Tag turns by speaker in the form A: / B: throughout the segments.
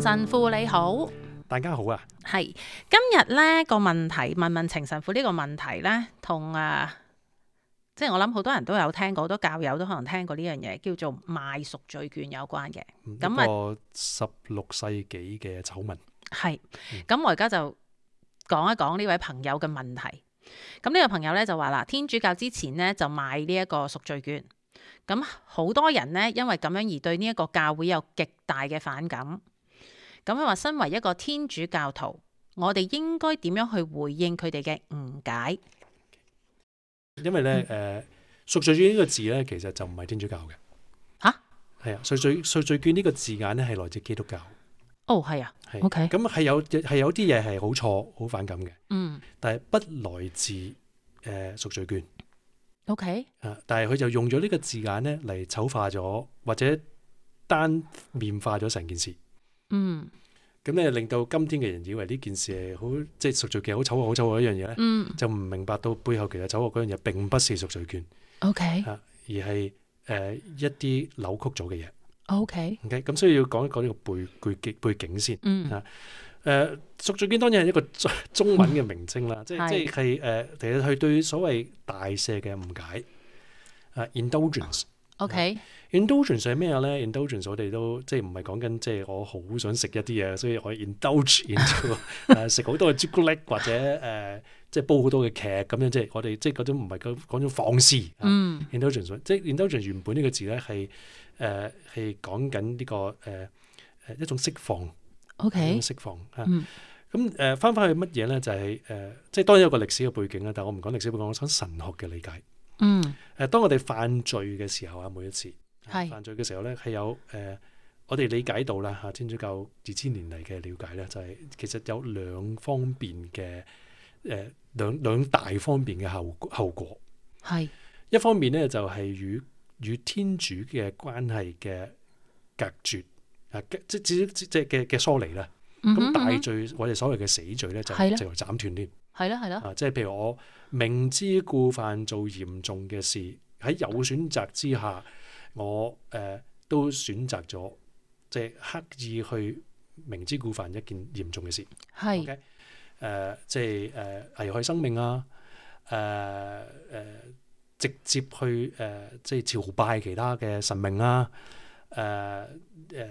A: 神父你好，
B: 大家好啊，
A: 係今日咧個問題問問情神父呢個問題咧，同啊，即係我諗好多人都有聽過，好多教友都可能聽過呢樣嘢，叫做賣贖罪券有關嘅。
B: 嗯
A: 咁啊
B: 一個十六世紀嘅醜聞，
A: 係
B: 嗯，
A: 咁我而家就講一講呢位朋友嘅問題。咁呢個朋友咧就話啦，天主教之前咧就賣呢一個贖罪券，咁好多人咧因為咁樣而對呢一個教會有極大嘅反感。咁佢話身為一個天主教徒，我哋應該點樣去回應佢哋嘅誤解？
B: 因為咧
A: 嗯
B: 誒贖罪券呢個字咧，其實就唔係天主教嘅，
A: 吓
B: 係啊，贖罪贖罪券呢個字眼咧係來自基督教，
A: 哦，係啊，
B: 係
A: OK
B: 咁係有係有啲嘢係好錯好反感嘅，
A: 嗯
B: 但係不來自誒贖罪券
A: ，OK，
B: 啊，但係佢就用咗呢個字眼咧嚟醜化咗或者單面化咗成件事。
A: 嗯
B: 咁咧令到今天嘅人以為呢件事係好即係贖罪券好醜惡好醜惡一樣嘢咧，
A: 嗯
B: 就唔明白到背後其實醜惡嗰樣嘢並不是贖罪券。
A: ，OK
B: 啊，而係誒、呃一啲扭曲咗嘅嘢。
A: OK，
B: OK，咁所以要講一講呢個背背景背景先。誒、
A: 嗯
B: 贖罪券當然係一個 中中文嘅名稱啦，即係
A: 係
B: 即係誒，其實佢對所謂大赦嘅誤解。啊，indulgence。
A: OK，
B: indulgence 係咩啊咧？indulgence 我哋都即係唔係講緊即係我好想食一啲嘢，所以我 indulge into 誒食好多嘅朱古力或者誒、呃即係煲好多嘅劇咁樣，即係我哋即係嗰種唔係嗰嗰種放肆。啊
A: 嗯
B: indulgence 即係 indulgence 原本呢個字咧係誒係講緊呢個誒誒、呃一種釋放，一
A: OK，
B: 種釋放啊
A: 嗯。
B: 咁誒翻返去乜嘢咧？就係、誒、即係當然有個歷史嘅背景啦，但我唔講歷史背景，我講神學嘅理解。誒、
A: 嗯
B: 當我哋犯罪嘅時候啊，每一次
A: 係
B: 犯罪嘅時候咧，係有誒、呃我哋理解到啦嚇，天主教二千年嚟嘅了解咧，就係、其實有兩方面嘅誒、兩兩大方面嘅後後果。
A: 係
B: 一方面咧就係與與天主嘅關係嘅隔絕啊，即即即即嘅嘅疏離啦。
A: 嗯
B: 咁
A: 哼
B: 大
A: 嗯哼
B: 罪我哋所謂嘅死罪咧就
A: 係啦
B: 就斬斷添
A: 係啦係啦。
B: 啊！即係譬如我明知故犯做嚴重嘅事，喺有選擇之下，我誒、呃都選擇咗即係刻意去明知故犯一件嚴重嘅事。
A: 係
B: OK，誒、即呃係誒、危害生命啊，誒、誒、直接去誒、即係朝拜其他嘅神明啊，誒、誒、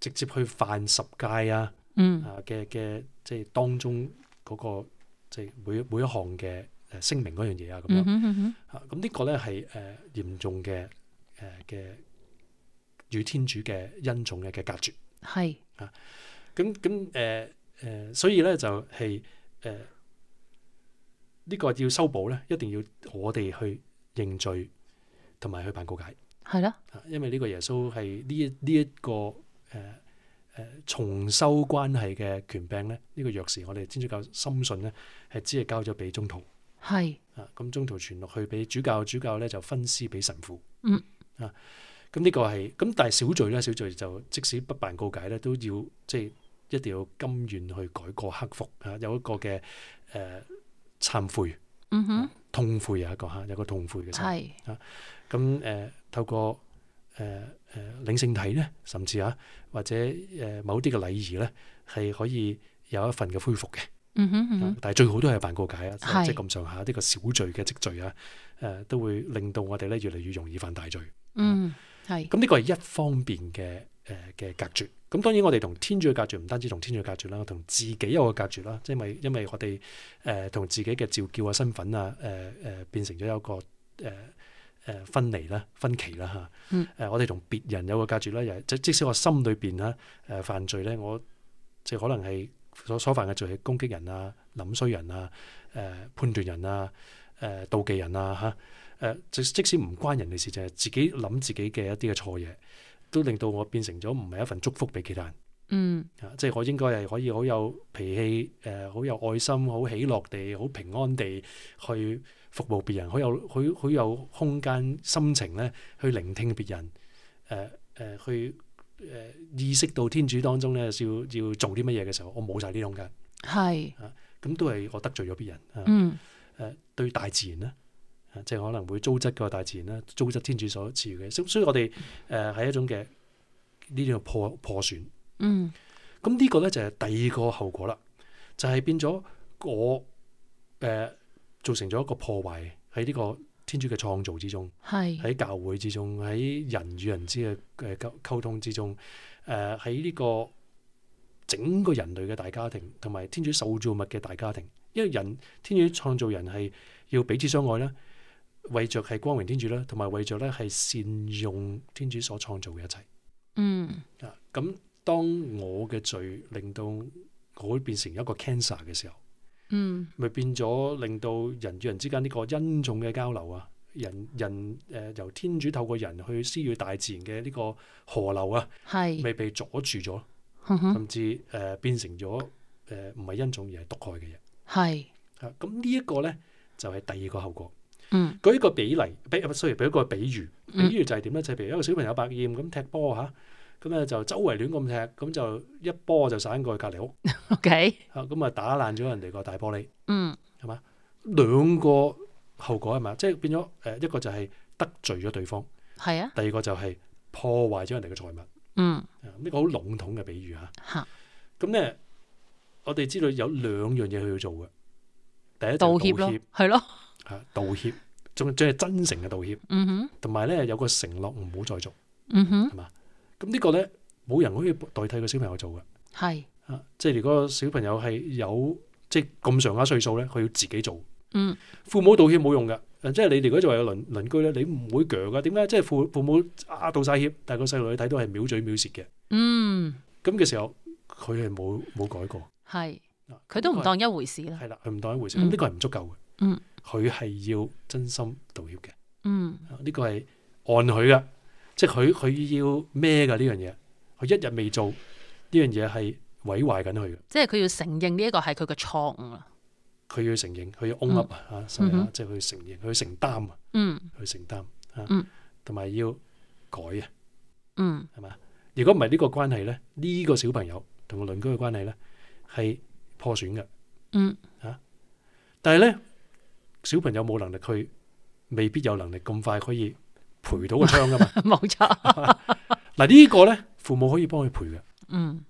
B: 直接去犯十戒啊，
A: 嗯
B: 啊嘅嘅，即係當中嗰、個即係每每一項嘅誒聲明嗰樣嘢啊，咁樣
A: 嗯哼嗯
B: 啊，咁呢個咧係誒嚴重嘅誒嘅與天主嘅恩寵嘅嘅隔絕。
A: 哼，係
B: 咁咁誒誒，所以咧就係誒呢個要修補咧，一定要我哋去認罪同埋去辦告解
A: 係啦，
B: 啊，因為呢個耶穌係呢一呢一個誒誒、呃重修關係嘅權柄咧，呢、個鑰匙我哋天主教深信咧係只係交咗俾宗徒
A: 係
B: 啊，咁宗徒傳落去俾主教，主教咧就分施俾神父。
A: 嗯
B: 啊，咁呢個係咁，但係小罪咧，小罪就即使不辦告解咧，都要即係一定要甘願去改過克服啊，有一個嘅誒、呃、懺悔、
A: 嗯哼，
B: 痛悔啊有一個嚇，有個痛悔嘅心。
A: 係
B: 咁誒、呃透過誒誒、呃、領聖體咧，甚至啊或者誒、呃某啲嘅禮儀咧，係可以有一份嘅恢復嘅。啊
A: 嗯哼嗯哼，
B: 但係最好都係辦告解啊，即
A: 係
B: 係即係咁上下呢個小罪嘅積聚啊，誒、都會令到我哋咧越嚟越容易犯大罪。
A: 嗯係
B: 咁呢個係一方面嘅誒嘅隔絕。咁當然我哋同天主嘅隔絕唔單止同天主嘅隔絕啦，同自己有個隔絕啦，即係咪因為我哋誒同自己嘅召叫啊、身份啊、誒、誒、變成咗有一個誒。誒分離啦、分歧啦嚇，誒、
A: 嗯
B: 我哋同別人有個隔絕啦，又即即使我心裏邊啦誒呃犯罪咧，我即係可能係所所犯嘅罪係攻擊人啊、諗衰人啊、誒、判斷人啊、誒、妒忌人啊嚇，誒、即即使唔關人哋事，就係自己諗自己嘅一啲嘅錯嘢，都令到我變成咗唔係一份祝福俾其他人
A: 嗯
B: 啊！即係我應該係可以好有脾氣，誒、好有愛心，好喜樂地，好平安地去服務別人，好有好好有空間心情咧去聆聽別人，誒、誒、去誒、意識到天主當中咧要要做啲乜嘢嘅時候，我冇晒呢種間，
A: 係
B: 咁都係我得罪咗別人啊！
A: 嗯
B: 誒、對大自然啦，啊即係可能會糟質個大自然啦，糟質天主所呃啊賜予嘅，所所以我哋誒係一種嘅呢種嘅破破損。
A: 嗯
B: 咁呢個咧就係第二個後果啦，就係、變咗我誒、呃造成咗一個破壞喺呢個天主嘅創造之中。
A: 係
B: 喺教會之中，喺人與人之嘅嘅溝溝通之中，誒喺呢個整個人類嘅大家庭，同埋天主受造物嘅大家庭，因為人天主創造人係要彼此相愛啦，為着係光榮天主啦，同埋為着咧係善用天主所創造嘅一切。
A: 嗯
B: 啊，咁當我嘅罪令到我會變成一個 cancer 嘅時候，
A: 嗯
B: 咪變咗令到人與人之間呢個恩重嘅交流啊，人人誒、呃由天主透過人去施予大自然嘅呢個河流啊，
A: 係，
B: 咪被阻住咗，
A: 嗯哼
B: 甚至誒、呃、變成咗誒唔係恩重而係毒害嘅嘢
A: 係
B: 啊。咁呢一個咧就係、第二個後果。
A: 嗯
B: 舉一個比例，比啊，sorry，舉一個比喻，
A: 嗯
B: 比喻就係點咧？就係、譬如一個小朋友百厭咁踢波嚇，咁咧就周圍亂咁踢，咁就一波就散過去隔離屋
A: OK
B: 啊，咁啊打爛咗人哋個大玻璃。
A: 嗯
B: 兩個後果係嘛？即係變咗誒一個就係得罪咗對方，
A: 係啊
B: 第二個就係破壞咗人哋嘅財物。
A: 嗯
B: 啊呢個好籠統嘅比喻嚇。
A: 嚇
B: 咁咧，我哋知道有兩樣嘢佢要做嘅。第一就係
A: 道歉咯
B: 道歉
A: 係咯
B: 嚇，道歉，仲仲係真誠嘅道歉，
A: 嗯哼
B: 同埋咧有個承諾唔好再做。
A: 嗯哼
B: 咁呢個咧冇人可以代替個小朋友做嘅。
A: 係
B: 啊，即係如果小朋友係有即係咁上下歲數咧，佢要自己做。
A: 嗯
B: 父母道歉冇用噶，誒即係你哋嗰作為個鄰鄰居咧，你唔會鋸噶。點解？即係父父母啊道晒歉，但係個細路女睇到係藐嘴藐舌嘅。
A: 嗯
B: 咁嘅時候，佢係冇冇改過。
A: 係，
B: 啊
A: 佢都唔
B: 咁
A: 當一回事
B: 佢
A: 啦。
B: 係係啦，佢唔當一回
A: 嗯
B: 事。咁呢個係唔足夠嘅。
A: 嗯，
B: 佢係要真心道歉嘅。
A: 嗯
B: 啊呢個係按佢噶，即係佢佢要孭噶呢樣嘢。佢一日未做呢樣嘢係毀壞緊佢嘅。
A: 即係佢要承認呢一個係佢嘅錯誤啦。
B: 佢要承認，佢要 own up 啊，所以
A: 嗯
B: 啊
A: 哼
B: 即係佢要承認，佢要承擔啊，
A: 嗯
B: 佢要承擔
A: 嗯
B: 啊，同埋要改啊。
A: 嗯
B: 係嘛？如果唔係呢個關係咧，呢、個小朋友同個鄰居嘅關係咧係破損嘅。
A: 嗯
B: 但係咧，小朋友冇能力，佢未必有能力咁快可以賠到個窗噶 嘛。
A: 冇錯。
B: 嗱呢個咧，父母可以幫佢賠嘅，
A: 嗯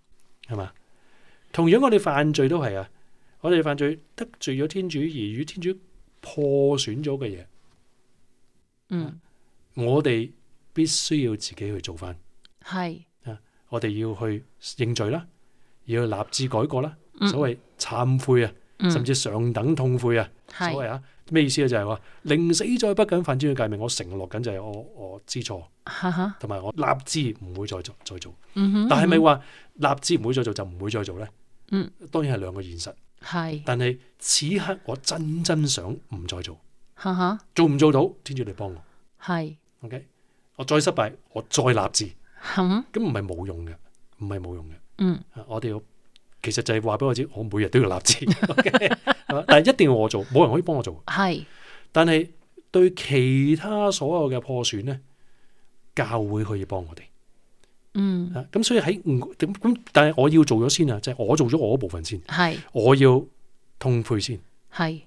B: 係嘛？同樣我哋犯罪都係啊，我哋犯罪得罪咗天主而與天主破損咗嘅嘢，啊
A: 嗯
B: 我哋必須要自己去做翻，
A: 係
B: 我哋要去認罪啦，要立志改過啦，
A: 嗯
B: 所謂懺悔啊，
A: 嗯
B: 甚至上等痛悔啊。
A: 係
B: 所謂啊，咩意思咧？就係話寧死再不緊犯天主嘅誡命，我承諾緊就係我我知錯，
A: 哈哈
B: 同埋我立志唔會再做再做。
A: 嗯哼
B: 但係咪話立志唔會再做就唔會再做咧？
A: 嗯，
B: 當然係兩個現實。
A: 係
B: 但係此刻我真真想唔再做，
A: 哈哈
B: 做唔做到？天主你幫我。
A: 係
B: OK，我再失敗，我再立志，
A: 嗯
B: 咁唔係冇用嘅，唔係冇用嘅。
A: 嗯
B: 啊我哋要其實就係話俾我知，我每日都要立志。OK，係 嘛但係一定要我做，冇人可以幫我做。
A: 係
B: 但係對其他所有嘅破損呢，教會可以幫我哋
A: 嗯
B: 啊。咁所以喺唔咁咁，但係我要做咗先啊，就係、我做咗我嗰部分先，
A: 係
B: 我要痛悔先，
A: 係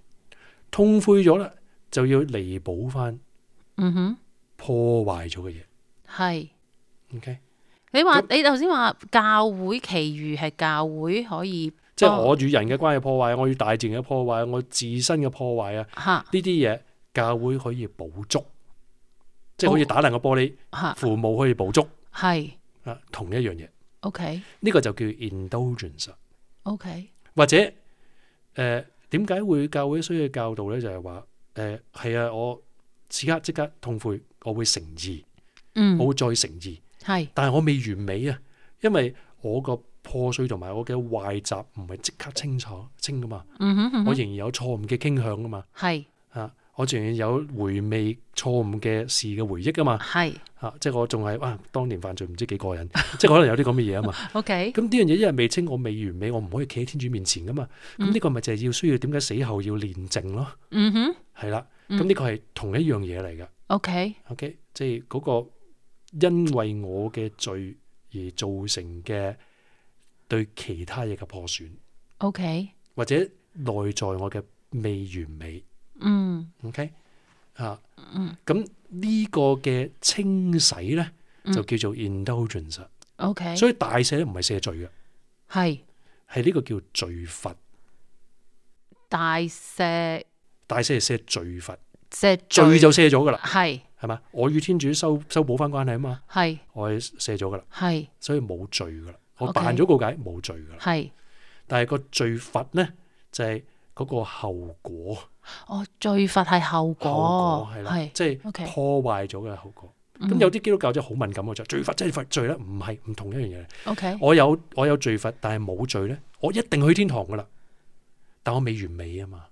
B: 痛悔咗啦，就要彌補翻
A: 嗯哼
B: 破壞咗嘅嘢。
A: 係。
B: OK，
A: 你話
B: 咁
A: 你頭先話教會，其餘係教會可以
B: 即係
A: 幫
B: 我與人嘅關係破壞，我與大自然嘅破壞，啊我自身嘅破壞啊，
A: 嚇
B: 呢啲嘢教會可以補足，即係可以
A: 補
B: 打爛個玻璃，
A: 嚇
B: 父母可以補足
A: 係
B: 啊，同一樣嘢，呢、
A: OK
B: 個就叫 indulgence 啊。
A: OK
B: 或者誒點解會教會需要教導咧？就係話誒係啊，我此刻即刻痛悔，我會誠意，
A: 嗯
B: 我會再誠意，
A: 係
B: 但係我未完美啊，因為我個破碎同埋我嘅壞習唔係即刻清楚清噶嘛，
A: 嗯哼嗯
B: 我
A: 哼
B: 仍然有錯誤嘅傾向噶嘛，
A: 係
B: 啊，我仍然有回味錯誤嘅事嘅回憶噶嘛，
A: 係
B: 啊，即係我仲係哇，當年犯罪唔知幾過癮，即係可能有啲咁嘅嘢啊嘛。
A: OK
B: 咁呢樣嘢因為未清，我未完美，我唔可以企喺天主面前噶嘛。咁呢個咪就係要需要點解死後要練靜咯，
A: 嗯哼
B: 係啦。
A: 嗯
B: 咁呢個係同一樣嘢嚟噶。
A: OK
B: OK，即係嗰個因為我嘅罪而造成嘅對其他嘢嘅破損，
A: OK
B: 或者內在我嘅未完美。
A: 嗯
B: OK 啊，
A: 嗯
B: 咁呢個嘅清洗咧
A: 嗯
B: 就叫做 indulgence 啦。
A: OK
B: 所以大赦咧唔係赦罪嘅，
A: 係
B: 係呢個叫罪罰。
A: 大赦
B: 大赦係赦罪罰，
A: 即
B: 罪就赦咗噶啦，
A: 係
B: 係嘛？我與天主修修補翻關係啊嘛，
A: 係
B: 我係赦咗噶啦，
A: 係
B: 所以冇罪噶啦。我
A: OK
B: 辦咗告解冇罪噶啦，
A: 係
B: 但係個罪罰呢，就係嗰個後果，
A: 哦，罪罰係後
B: 後
A: 果
B: 果係啦
A: 哦係，
B: 即係
A: OK
B: 破壞咗嘅後果。咁
A: 嗯
B: 有啲基督教真係好敏感嘅就罪罰即係罰罪啦，唔係唔同一樣嘢。
A: OK
B: 我有我有罪罰，但係冇罪呢，我一定去天堂噶啦。但我未完美啊嘛，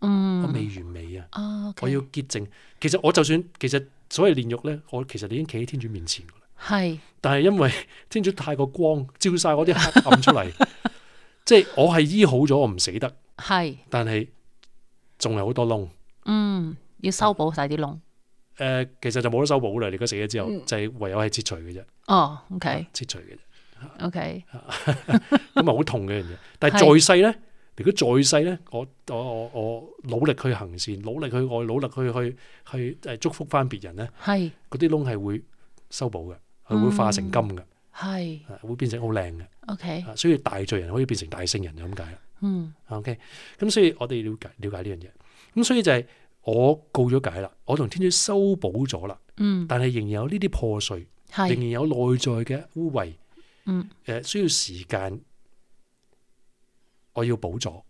B: 我
A: 嗯
B: 未完美啊，
A: 啊，OK，
B: 我要潔淨。其實我就算其實所謂煉獄呢，我其實已經企喺天主面前㗎啦。
A: 係
B: 但係因為 天主太過光，照晒我啲黑暗出嚟，即係我係醫好咗，我唔死得，
A: 係
B: 但係仲有好多窿。
A: 嗯，要修補晒啲窿
B: 誒、其實就冇得修補啦。你而家死咗之後，就係唯有係切除嘅啫，
A: 哦，OK
B: 切除嘅啫。
A: OK
B: 咁啊咪好痛嘅一樣嘢。但係
A: 係
B: 在世咧，如果在世咧，我我我我努力去行善，努力去愛，努力去去去誒祝福翻別人咧，
A: 係
B: 嗰啲窿係會修補嘅，係會化成金嘅，
A: 係
B: 啊會變成好靚嘅。
A: OK
B: 啊所以大罪人可以變成大聖人就咁解啦。啊
A: 嗯
B: OK，咁所以我哋了解了解呢樣嘢。咁所以就係我告咗解啦，我同天主修補咗啦，
A: 嗯
B: 但係仍然有呢啲破碎，
A: 係
B: 仍然有內在嘅污穢。
A: 嗯
B: 誒、需要時間，我要補咗，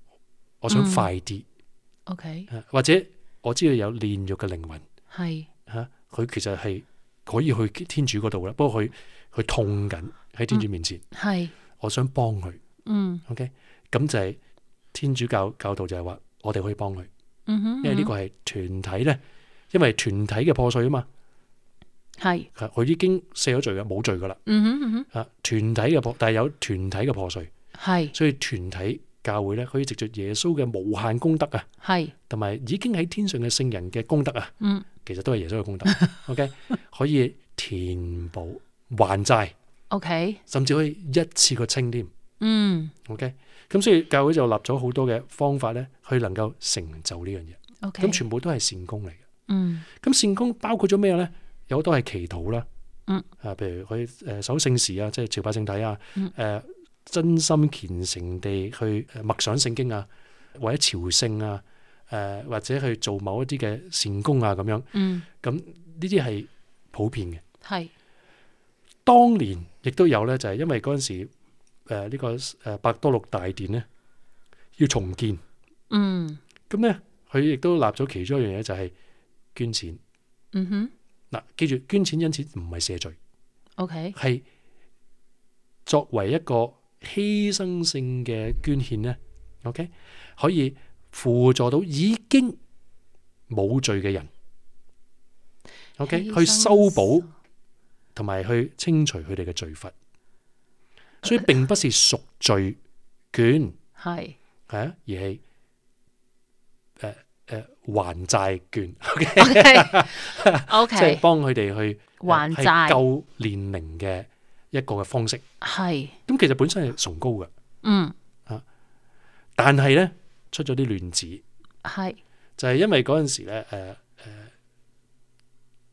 B: 我想快啲、
A: OK
B: 啊或者我知道有煉獄嘅靈魂
A: 係
B: 嚇，啊佢、其實係可以去天主嗰度啦，不過佢佢痛緊喺天主面前，
A: 係
B: 我想幫佢
A: 嗯
B: ，OK，咁就係天主教教導就係話，我哋可以幫佢，
A: 嗯哼，
B: 因為呢個係團體咧，因為團體嘅破碎啊嘛，
A: 係
B: 啊佢已經赦咗罪嘅，冇罪噶啦，
A: 嗯哼嗯哼
B: 啊團體嘅破，但係有團體嘅破碎。
A: 係
B: 所以團體教會咧，可以藉着耶穌嘅無限功德啊，
A: 係
B: 同埋已經喺天上嘅聖人嘅功德啊，
A: 嗯
B: 其實都係耶穌嘅功德。OK，可以填補還債，
A: OK
B: 甚至可以一次過清添。
A: 嗯
B: OK，咁所以教會就立咗好多嘅方法咧，去能夠成就呢樣嘢。
A: OK
B: 咁全部都係善功嚟嘅。
A: 嗯
B: 咁善功包括咗咩咧？有好多係祈禱啦，
A: 嗯
B: 啊，譬如佢誒守聖時啊，即係朝拜聖體啊，誒、
A: 嗯
B: 真心虔誠地去呃誒默想聖經啊，或者朝聖啊，誒、或者去做某一啲嘅善功啊咁樣，
A: 嗯
B: 咁呢啲係普遍嘅。
A: 係
B: 當年亦都有咧，就係、因為嗰陣時呃誒呢、個誒伯多祿大殿咧要重建，
A: 嗯
B: 咁咧佢亦都立咗其中一樣嘢就係捐錢。
A: 嗯哼
B: 嗱，記住捐錢因此唔係赦罪。
A: OK
B: 係作為一個犧牲性嘅捐獻呢 o k 可以輔助到已經冇罪嘅人，OK，
A: 犧牲
B: 去修補同埋去清除佢哋嘅罪罰，所以並不是贖罪券，
A: 係
B: 係啊，而係誒誒還債券，OK，
A: OK
B: 即係
A: OK
B: 幫佢哋去呃
A: 還
B: 係
A: 債
B: 救年齡嘅一個嘅方式。
A: 係
B: 咁其實本身係崇高嘅，
A: 嗯
B: 但係咧出咗啲亂子，
A: 係
B: 就係、因為嗰陣時咧誒誒，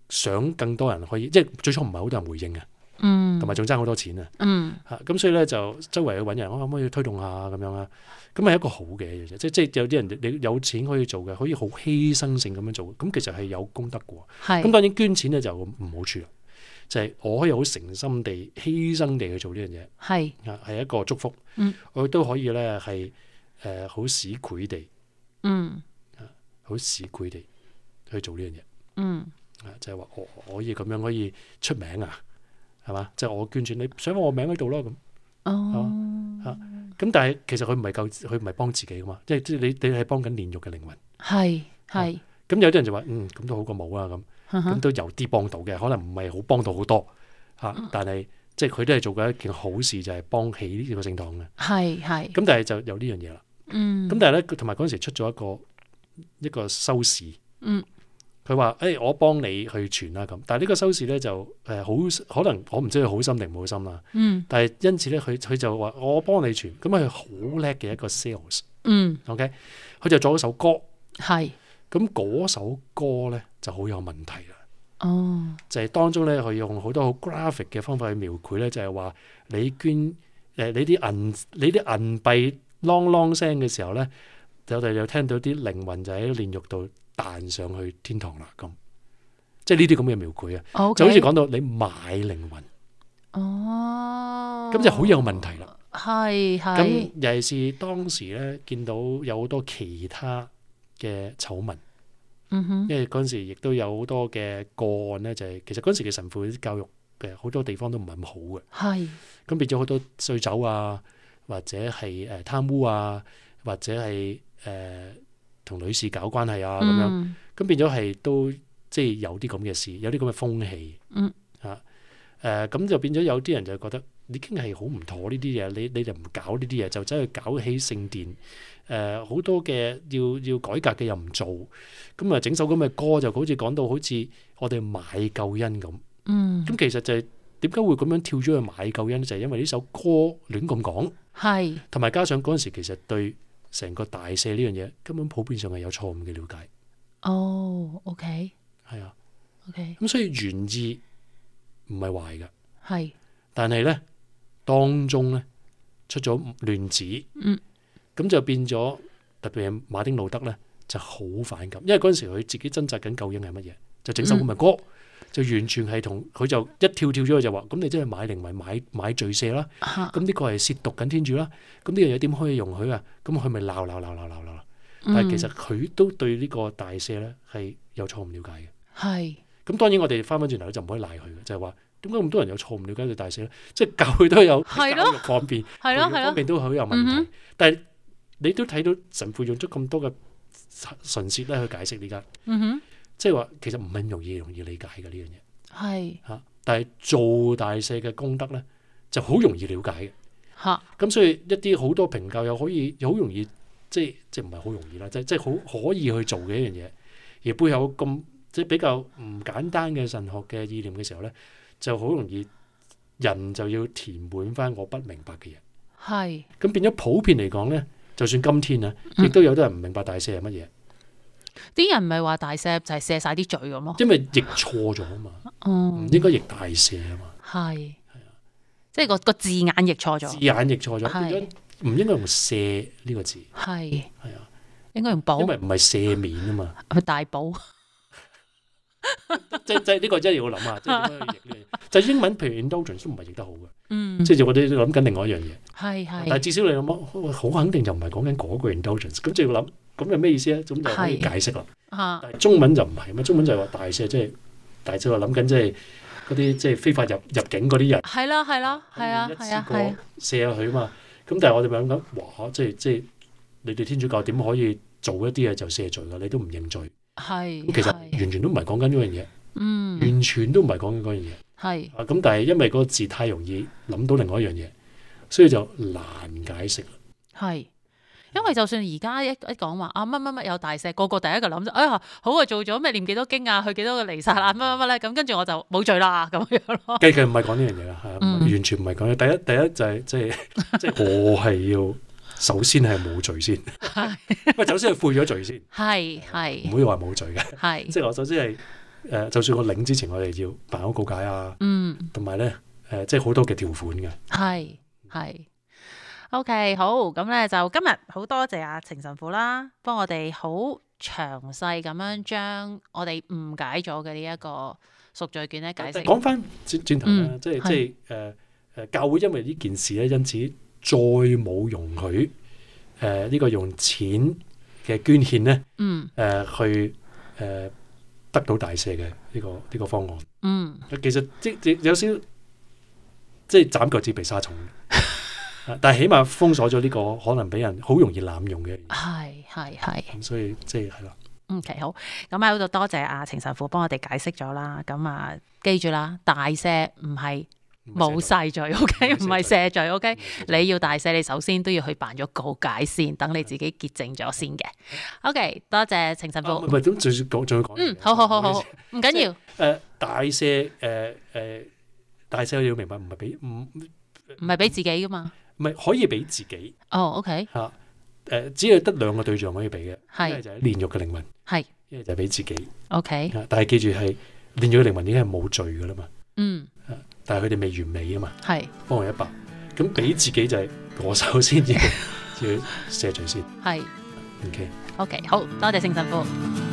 B: 想更多人可以，即係最初唔係好多人回應啊，
A: 嗯
B: 同埋仲爭好多錢啊，
A: 嗯
B: 嚇咁所以咧就周圍去揾人，啊我可唔可以推動下咁樣啊？咁係一個好嘅嘢啫，即即係有啲人你有錢可以做嘅，可以好犧牲性咁樣做，咁其實係有功德嘅喎。咁
A: 係
B: 當然捐錢咧就唔好處啦，就係、我可以好誠心地犧牲地去做呢樣嘢。
A: 係
B: 啊，係一個祝福。
A: 嗯
B: 我亦都可以咧係誒好市儈地，啊
A: 嗯
B: 好市儈地去做呢樣嘢
A: 嗯
B: 啊，就係話我我可以咁樣可以出名啊，係嘛？即係我捐錢，你想我名喺度咯咁。
A: Ờ. 哦
B: 咁但係其實佢唔係救，佢唔係幫自己噶嘛，即係即係你你係幫緊煉獄嘅靈魂。
A: 係係
B: 咁有啲人就話嗯咁都好過冇啊咁，
A: 嗯
B: 咁
A: 哼
B: 都有啲幫到嘅，可能唔係好幫到好多嚇、啊但係即係佢都係做緊一件好事，就係、幫起呢個聖堂嘅。
A: 係係
B: 咁但係就有呢樣嘢啦。
A: 嗯
B: 咁但係咧，佢同埋嗰陣時出咗一個一個收視，
A: 嗯，
B: 佢話：誒、我幫你去傳啦咁。但係呢個收視咧就誒好可能我唔知佢好心定唔好心啦。
A: 嗯
B: 但係因此咧，佢佢就話我幫你傳，咁佢好叻嘅一個 sales，OK，、
A: 嗯
B: 佢就做咗首歌，
A: 係
B: 咁嗰首歌咧就好有問題啦。
A: 哦
B: 就係、當中咧，佢用好多好 graphic 嘅方法去描繪咧，就係話你捐誒你啲銀你啲銀幣啷啷聲嘅時候咧，我哋就聽到啲靈魂就喺煉獄度彈上去天堂啦咁。即係呢啲咁嘅描繪啊，
A: O
B: 就好似講到你買靈魂，
A: Ờ. 哦，
B: 咁就好有問題啦。
A: 係
B: 咁
A: 係
B: 尤其是當時咧，見到有好多其他嘅醜聞，
A: 嗯哼
B: 因為嗰陣時亦都有好多嘅個案咧，就係、其實嗰陣時嘅神父啲教育嘅好多地方都唔係咁好嘅，
A: 係
B: 咁變咗好多醉酒啊，或者係誒貪污啊，或者係誒同女士搞關係啊咁樣。
A: 嗯
B: 咁變咗係都即係有啲咁嘅事，有啲咁嘅風氣。
A: 嗯。
B: 啊，誒、咁就變咗有啲人就覺得已經係好唔妥呢啲嘢，你你就唔搞呢啲嘢，就走去搞起聖殿。誒、好多嘅要要改革嘅又唔做，咁啊整首咁嘅歌就好似講到好似我哋買救恩咁。
A: 嗯
B: 咁其實就係點解會咁樣跳咗去買救恩呢？就係、因為呢首歌亂咁講，
A: 係
B: 同埋加上嗰陣時其實對成個大赦呢樣嘢根本普遍上係有錯誤嘅了解。
A: 哦，OK
B: 係啊。
A: OK
B: 咁所以原意唔係壞嘅，
A: 係
B: 但係咧當中咧出咗亂子，
A: 嗯，
B: 咁就變咗特別係馬丁路德咧就好反感，因為嗰陣時佢自己掙扎緊究竟係乜嘢，就整首咁嘅歌，就完全係同佢就一跳跳咗去就話，咁你真係買靈魂買買罪赦啦，
A: 嚇
B: 咁呢個係褻瀆緊天主啦，咁呢樣嘢點可以容許啊？咁佢咪鬧鬧鬧鬧鬧鬧，
A: Ừ.
B: 但係其實佢都對呢個大赦咧係有錯誤了解嘅。
A: 係
B: 咁當然我哋翻返轉頭咧就唔可以賴佢嘅，就係話點解咁多人有錯誤了解對大赦咧？即係教佢都有
A: 係
B: 教
A: 咯
B: 育方面，
A: 係咯
B: 教育
A: 係
B: 方
A: 咯
B: 面都好有問題。
A: 嗯
B: 但係你都睇到神父用咗咁多嘅唇舌咧去解釋呢家，
A: 嗯
B: 即係話其實唔係咁容易容易理解嘅呢樣嘢
A: 哼係
B: 嚇。但係做大赦嘅功德咧就好容易了解嘅。
A: 嚇
B: 咁所以一啲好多評教又可以又好容易，即係即係唔係好容易啦，即係即係好可以去做嘅一樣嘢，而背後有咁即係比較唔簡單嘅神學嘅意念嘅時候咧，就好容易人就要填滿翻我不明白嘅嘢。
A: 係
B: 咁變咗普遍嚟講咧，就算今天啊，
A: 嗯
B: 亦都有啲人唔明白大赦係乜嘢，
A: 啲人唔係話大赦就係赦晒啲罪咁咯，
B: 因為譯錯咗啊嘛，唔
A: 嗯
B: 應該譯大赦啊嘛，
A: 係即係個個字眼譯錯
B: 啊字
A: 咗，
B: 眼譯錯咗，
A: 係
B: 變咗唔應該用赦呢個字，
A: 係
B: 係啊，
A: 應該用寶
B: 因為唔係赦免啊嘛。
A: 去大寶
B: 即即呢個真係要 諗下，啊即係點樣去譯呢樣嘢？就英文譬如 indulgence 都唔係譯得好嘅，
A: 嗯
B: 即係我哋諗緊另外一樣嘢。
A: 係係
B: 但係至少你諗哦好肯定就唔係講緊嗰個 indulgence，咁就要諗咁係咩意思咧？咁就可以解釋啦。
A: 嚇
B: 但係中文就唔係嘛，中文就係話大赦，即係大赦話諗緊即係嗰啲即係非法入入境嗰啲人，
A: 係啦係啦係啊
B: 一
A: 係
B: 次
A: 啊
B: 過
A: 係啊
B: 赦下佢嘛。咁但係我哋咪諗緊，哇！即係即係你哋天主教點可以做一啲嘢就赦罪㗎？你都唔認罪，
A: 係
B: 咁其實
A: 係
B: 完全都唔係講緊呢樣嘢，
A: 嗯
B: 完全都唔係講緊嗰樣嘢。
A: 係
B: 啊，咁但係因為嗰個字太容易諗到另外一樣嘢，所以就難解釋啦。
A: 係。因為就算而家一一講話啊乜乜乜有大赦，個個第一個諗就哎呀好啊做咗咩念幾多經啊，去幾多個彌撒啊乜乜乜咧，咁跟住我就冇罪啦咁樣咯。
B: 計佢唔係講呢樣嘢啦，係啊
A: 嗯
B: 完全唔係講。第一第一就係即係 即係我係要首先係冇罪先，喂，首先係悔咗罪先，
A: 係
B: 唔
A: 係
B: 可以話冇罪嘅。
A: 係，嗯
B: 即係我首先係誒、呃就算我領之前，我哋要辦好告解啊，
A: 嗯
B: 同埋咧誒，即係好多嘅條款嘅。
A: 係係。OK，好咁咧就今日好多謝阿程神父啦，幫我哋好詳細咁樣將我哋誤解咗嘅呢一個贖罪券咧解釋。
B: 講翻轉轉頭啦，
A: 嗯
B: 即係
A: 係
B: 即係誒誒，教會因為呢件事咧，因此再冇容許誒呢個用錢嘅捐獻咧
A: 嗯
B: 誒去誒得到大赦嘅呢個呢個方案。
A: 嗯
B: 其實即即有少即係斬腳趾避沙 蟲，啊但係起碼封鎖咗呢個可能俾人好容易濫用嘅嘢，
A: 係係係。
B: 咁所以即係係啦，
A: OK，好，咁啊喺度多謝阿程神父幫我哋解釋咗啦。咁啊，記住啦，大赦唔係冇啊晒罪，OK，
B: 唔係赦
A: 唔
B: 罪
A: 係赦罪，OK。你
B: 你
A: 要大赦，你首先都要去辦咗告解先，等你自己潔淨咗先嘅。OK，多謝程神
B: 啊唔
A: 父。
B: 係咁，仲要講仲要講
A: 嗯
B: 嘢，
A: 好好好好，好唔緊要，
B: 誒、呃大赦誒誒大赦你要明白唔係俾唔
A: 唔係俾自己噶嘛。
B: 唔係可以俾自己
A: 哦，OK，
B: 嚇誒、呃只係得兩個對象可以俾嘅，一係
A: 係
B: 就係煉獄嘅靈魂，
A: 係
B: 一係就係俾自己
A: OK，
B: 啊但係記住係煉獄嘅靈魂已經係冇罪噶啦嘛，
A: 嗯
B: 但係佢哋未完美啊嘛，
A: 係
B: 方為一百。咁俾自己就係我首先 要要卸除先
A: 係
B: ，OK。
A: OK，好多謝聖神父。